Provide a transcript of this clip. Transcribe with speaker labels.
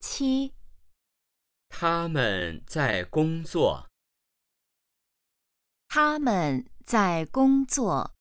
Speaker 1: 七，
Speaker 2: 他们在工作。
Speaker 1: 他们在工作。